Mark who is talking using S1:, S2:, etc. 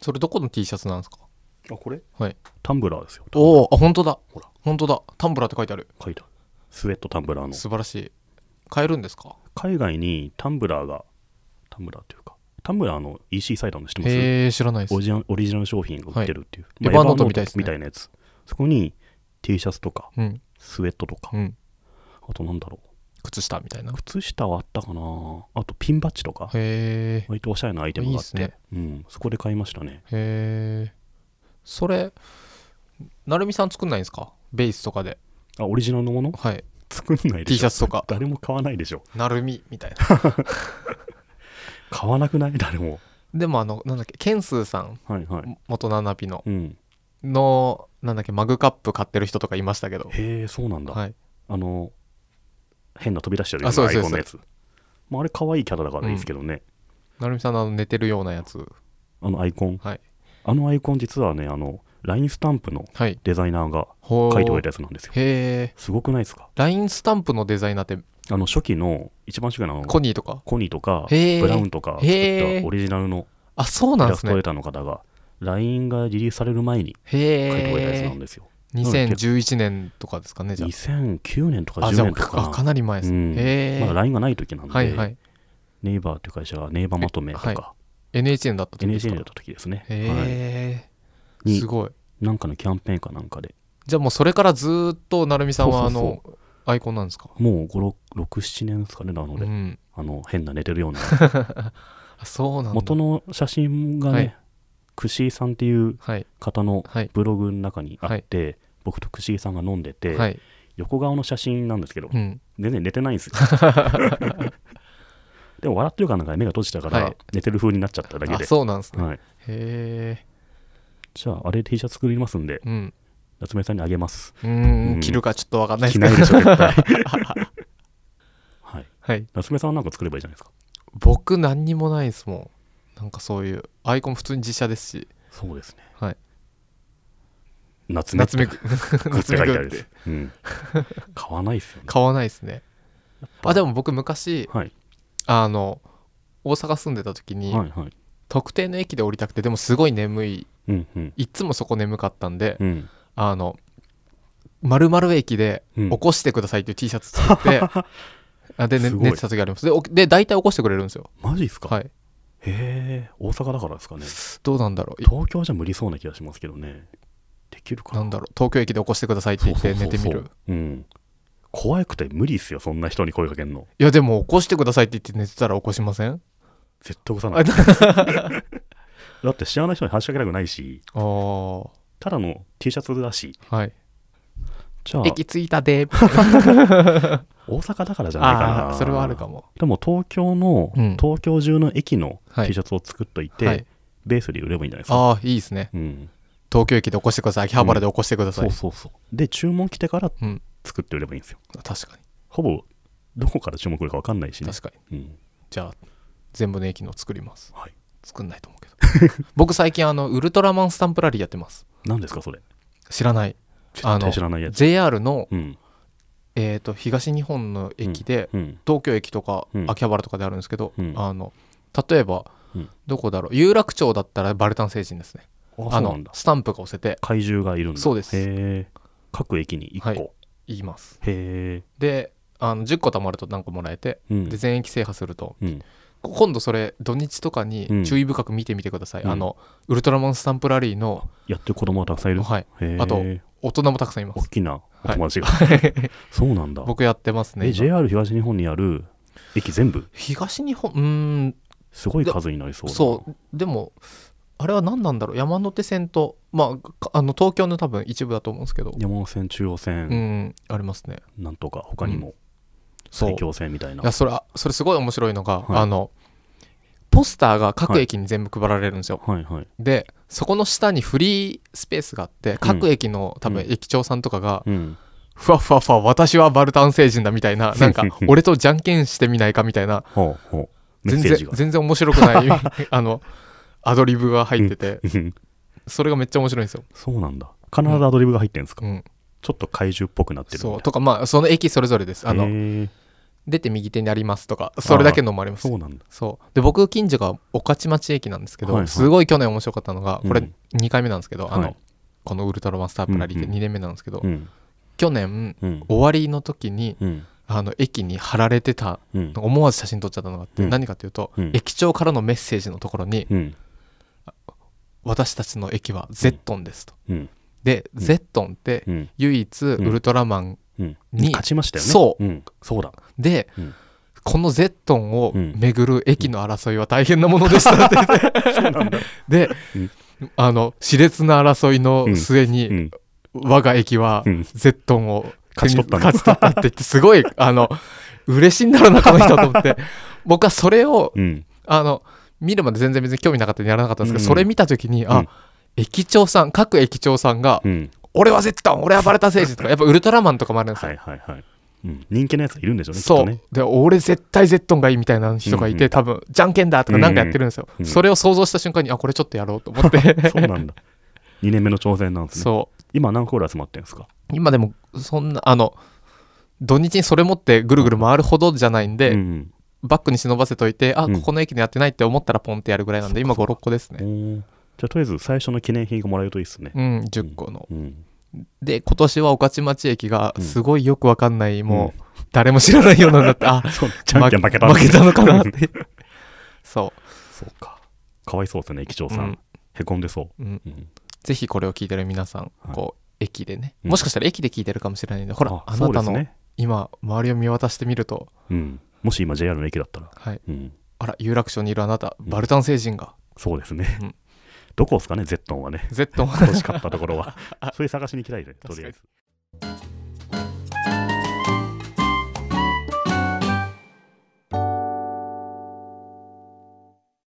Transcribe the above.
S1: それどこの T シャツなんですか
S2: あこれ
S1: はい
S2: タンブラーですよ
S1: おおあ本当だ
S2: ほら
S1: 本当だタンブラーって書いてある
S2: 書いてあるスウェットタンブラーの
S1: 素晴らしい買えるんですか
S2: 海外にタンブラーがタンブラーっていうかタンブラーの EC サイトの知ってます
S1: へえ知らないです
S2: オリジナルオリジナル商品が売ってるっていう、
S1: い
S2: まあ
S1: エヴァノートみたいですね
S2: エヴァノートみたいなやつそこに T シャツとか
S1: うん
S2: スウェットとか、
S1: うん
S2: あとなんだろ
S1: 靴下みたいな
S2: う靴下はあったかなあとピンバッジとか
S1: へえ
S2: 割とおしゃれなアイテム
S1: いいで
S2: があっ
S1: す
S2: て
S1: ね
S2: うん、そこで買いましたね
S1: へえそれなるみさん作んないんですかベースとかで
S2: あオリジナルの もの
S1: はい
S2: 作んないで
S1: T
S2: し
S1: シ
S2: ょ
S1: ャツとか
S2: 誰も買わないでしょ
S1: なるみみたいな
S2: 買わなくない誰も
S1: でもあのなんだっけケンスーさん
S2: はいはい
S1: 元ナナピの
S2: うん
S1: のなんだっけマグカップ買ってる人とかいましたけど
S2: へえそうなんだ、
S1: はい
S2: あの変な飛び出してる
S1: あそう
S2: ア
S1: です
S2: イコンのやつまあ、あれ可愛いキャラだからいいですけどね、
S1: なるみさんのあの寝てるようなやつ
S2: あのアイコン、
S1: はい
S2: あのアイコン実はねあの LINE スタンプの
S1: はい
S2: デザイナーが
S1: ほー
S2: 書いておいたやつなんですよ
S1: へえ
S2: すごくないですか
S1: LINE スタンプのデザイナーって
S2: あの初期の一番初期のあの
S1: コニーとか
S2: コニーとか
S1: へー
S2: ブラウンとか作
S1: へ
S2: っ
S1: ー
S2: たオリジナルの
S1: あそう
S2: イ
S1: なん
S2: ラ
S1: です
S2: ストレ
S1: ね
S2: ーターの方が LINE がリリースされる前に書いておいたやつ
S1: へ
S2: なん
S1: え
S2: ですよ
S1: 2011年とかですかねじゃ
S2: 2009年とか
S1: ああじ
S2: 10
S1: ゃあ
S2: 年と
S1: か
S2: か
S1: かなり前です
S2: うん
S1: ねへ
S2: まだ
S1: え
S2: LINE がない時なんで、
S1: はいはい
S2: ネイバーという会社がネイバーまとめと
S1: はい
S2: か
S1: NHN だった時です
S2: NHN
S1: か
S2: だった時ですね、はい
S1: へえ
S2: に
S1: すごい
S2: なんかのキャンペーンかなんかで
S1: じゃあもうそれからずーっとなるみさんはあ
S2: そう
S1: のアイコンなんですか
S2: もう67年ですかねなの
S1: う
S2: で、
S1: ん
S2: あの変な寝てる ような
S1: あそうなんだ
S2: 元の写真がね、
S1: はい
S2: 串井さんっていう
S1: はい
S2: 方の
S1: はい
S2: ブログの中にあって、僕と串井さんが飲んでて、
S1: はい、
S2: 横顔の写真なんですけど、
S1: うん、
S2: 全然寝てな いんですよでも笑ってるからなんか目が閉じたから、
S1: はい
S2: 寝てる風になっちゃっただけ
S1: あ
S2: で、
S1: そうなんですね、
S2: はい、
S1: へえ
S2: じゃああれ T シャツ作りますんで
S1: うん
S2: 夏目さんにあげます
S1: うー
S2: うん
S1: ん着るかちょっとわかんないで
S2: 着
S1: すけ
S2: な
S1: ど
S2: いでしょ絶対 はい
S1: はい
S2: 夏目さんはなんか作ればいいじゃないですか
S1: 僕何にもないですもんなんかそういうアイコン普通に自社ですし
S2: そうですね
S1: はい
S2: 夏目
S1: 夏め く 夏
S2: 夏目
S1: め
S2: が書
S1: く
S2: いてある
S1: っ
S2: んで
S1: て
S2: す、 うん、買わないっすよね
S1: 買わないですね
S2: ぱ
S1: あでも僕昔
S2: はい
S1: あの大阪住んでた時に、
S2: はいはい
S1: 特定の駅で降りたくてでもすごい眠い
S2: うんうん
S1: いつもそこ眠かったんで、
S2: うん
S1: あの〇〇駅で
S2: うん
S1: 起こしてくださいっていう T シャツ作 って、あで、ね、
S2: すごい
S1: 寝てた時ありますでおで大体起こしてくれるんですよ
S2: マジっすか、
S1: はい
S2: へえ大阪だからですかね
S1: どうなんだろうい
S2: 東京じゃ無理そうな気がしますけどねできるかな
S1: なんだろう東京駅で起こしてくださいって言って
S2: そうそ
S1: 寝
S2: う
S1: て
S2: そう
S1: みる
S2: うん怖くて無理っすよそんな人に声かけんの
S1: いやでも起こしてくださいって言って寝てたら起こしません
S2: 絶対起こさな
S1: あ
S2: い
S1: だ
S2: だって知らない人に話しかけたくないし
S1: あー
S2: ただの T シャツだし
S1: はい
S2: じ ゃあ
S1: 駅着いたで
S2: 大阪だからじゃないか
S1: あー
S2: な
S1: それはあるかも
S2: でも東京の、
S1: うん
S2: 東京中の駅の
S1: はい
S2: T シャツを作っといて、
S1: はい
S2: ベースで売ればいいんじゃないですか、
S1: ああいいですね
S2: うん、
S1: 東京駅で起こしてください秋葉原で起こしてください、
S2: そうそうそうで注文来てから
S1: うん
S2: 作って売ればいいんですよ
S1: 確か
S2: ほぼどこから注文来るか分かんないし
S1: に
S2: ね、
S1: 確かに
S2: うん、
S1: じゃあ全部の駅の作ります、
S2: はい
S1: 作んないと思うけど 僕最近あのウルトラマンスタンプラリーやってます
S2: 何ですかそれ
S1: 知らない
S2: 絶対知らないやつ
S1: JR の、
S2: うん
S1: えー、と東日本の駅で、
S2: うん
S1: 東京駅とか
S2: うん
S1: 秋葉原とかであるんですけど、
S2: うん
S1: あの例えば、
S2: うん
S1: どこだろう有楽町だったらバルタン星人ですね
S2: あ
S1: あ
S2: そうなん
S1: の
S2: だ
S1: スタンプが押せて
S2: 怪獣がいるんだ
S1: そうです
S2: へえ各駅に1個、
S1: はい言います
S2: へえ
S1: であの10個貯まると何個もらえて、
S2: うん
S1: で全駅制覇すると
S2: うん
S1: こ今度それ土日とか
S2: うん
S1: に注意深く見てみてください、
S2: うん
S1: あのウルトラマンスタンプラリーの、
S2: やってる子供はたくさんいる、
S1: はい、
S2: へえ
S1: あと大人もたくさんいま
S2: 大
S1: す
S2: きなお 友達が、そうなんだ
S1: 僕やってますね
S2: え
S1: 今
S2: JR 東日本にある駅全部
S1: 東日本うーん
S2: すごい数になりそうだな
S1: そうでもあれは何なんだろう山手線と、まあ、かあの東京の多分一部だと思うんですけど
S2: 山手線中央
S1: う
S2: 線、
S1: んありますね
S2: なんとか他にも
S1: そう
S2: 埼京線みたいない
S1: やそれあそれすごい面白いのが、
S2: はい
S1: あのポスターが各駅に全部配られるんですよ、
S2: はいはい
S1: でそこの下にフリースペースがあって各駅の、多分
S2: うん
S1: 駅長さんとかが、
S2: うん
S1: ふわふわふわ私はバルタン星人だみたいななんか俺とじゃんけんしてみないかみたいな
S2: ほうほ うメッ
S1: 全
S2: セージ
S1: 然
S2: が
S1: 全然面白くない あのアドリブが入ってて、それがめっちゃ面白いんですよ、
S2: そうなんだ必ずアドリブが入ってるんですか、
S1: うん、
S2: ちょっと怪獣っぽくなってるみたい
S1: そ
S2: な
S1: うとかまあその駅それぞれですあの
S2: へー
S1: 出て右手にありますとかそれだけのもあります
S2: そうなんだ
S1: そうで僕近所が御徒町駅なんですけど、
S2: はいはい
S1: すごい去年面白かったのがこ
S2: う
S1: れ
S2: ん
S1: 2回目なんですけど、あの
S2: はい
S1: このウルトラマンスタープラリーって
S2: うんうん
S1: 2年目なんですけど、
S2: うん
S1: 去年
S2: うん
S1: 終わりの時に
S2: うん
S1: あの駅に貼られてた
S2: うん
S1: 思わず写真撮っちゃったのがあって、
S2: うん
S1: 何かというと、
S2: うん
S1: 駅長からのメッセージのところに
S2: うん
S1: 「私たちの駅はゼットンです」と。
S2: うん
S1: で、
S2: うん
S1: ゼットンって
S2: うん
S1: 唯一ウルトラマン
S2: うん
S1: に
S2: 勝ちましたよね
S1: そう
S2: うんそうだ
S1: で、
S2: うん
S1: このゼットンを
S2: うん
S1: 巡る駅の争いは大変なものでしたって言って
S2: そうなんだ
S1: で、
S2: うん
S1: あの熾烈な争いの末
S2: う
S1: に
S2: ん
S1: 我が駅は
S2: うん
S1: ゼットンを
S2: 勝ち取ったの
S1: 勝ち取ったって言ってすごいあの嬉しいんだろうなこの人と 思って僕はそれを
S2: うん
S1: あの見るまで全然別に興味なかったんでやらなかったんですけど、
S2: うん
S1: それ見た時にあ、
S2: うん
S1: 駅長さん各駅長さんが
S2: うん
S1: 「俺はゼットン俺はバレた政治」 とかやっぱウルトラマンとかもあるんですよ。
S2: はいはいはいうん人気のやつがいるんでしょうねきっ
S1: そ
S2: と
S1: う、
S2: ね
S1: で俺絶対ゼットンがいいみたいな人がいて、
S2: うんうん
S1: 多分じゃんけんだとかなんかやってるんですよ、
S2: うんうん
S1: それを想像した瞬間にあこれちょっとやろうと思って
S2: そうなん だ2年目の挑戦なんですね
S1: そう
S2: 今何コーラス待ってんですか
S1: 今でもそんなあの土日にそれ持ってぐるぐる回るほどじゃないんで、
S2: うん
S1: バッグに忍ばせといてあ、
S2: うん
S1: ここの駅でやってないって思ったらポンってやるぐらいなんで今56個です
S2: う
S1: ね
S2: んおーじゃあとりあえず最初の記念品がもらえるといいですね
S1: うん10個の
S2: うん
S1: で今年は御徒町駅が
S2: うん
S1: すごいよくわかんない、もう誰も知らないようなんだ ってあ
S2: そうじゃんけん負けた
S1: 負けたのかなってそ
S2: そうかかわいそうですね駅長
S1: う、う
S2: さ
S1: んん
S2: へこんでそ
S1: うん、
S2: ううん
S1: ぜひこれを聞いてる皆さん、
S2: はい
S1: こう駅でね、
S2: うん
S1: もしかしたら駅で聞いてるかもしれないんでほらあな
S2: そうで
S1: た
S2: す
S1: の、
S2: ね
S1: 今周りを見渡してみると、
S2: うんもし今 JR の駅だったら
S1: はい、
S2: うん
S1: あら有楽町にいるあなたバルタン星人 が、
S2: そうです
S1: う
S2: ね
S1: ん
S2: どこですかねゼットンはね
S1: Z を
S2: 欲しかったところはそれ探しに行きたいでとりあえず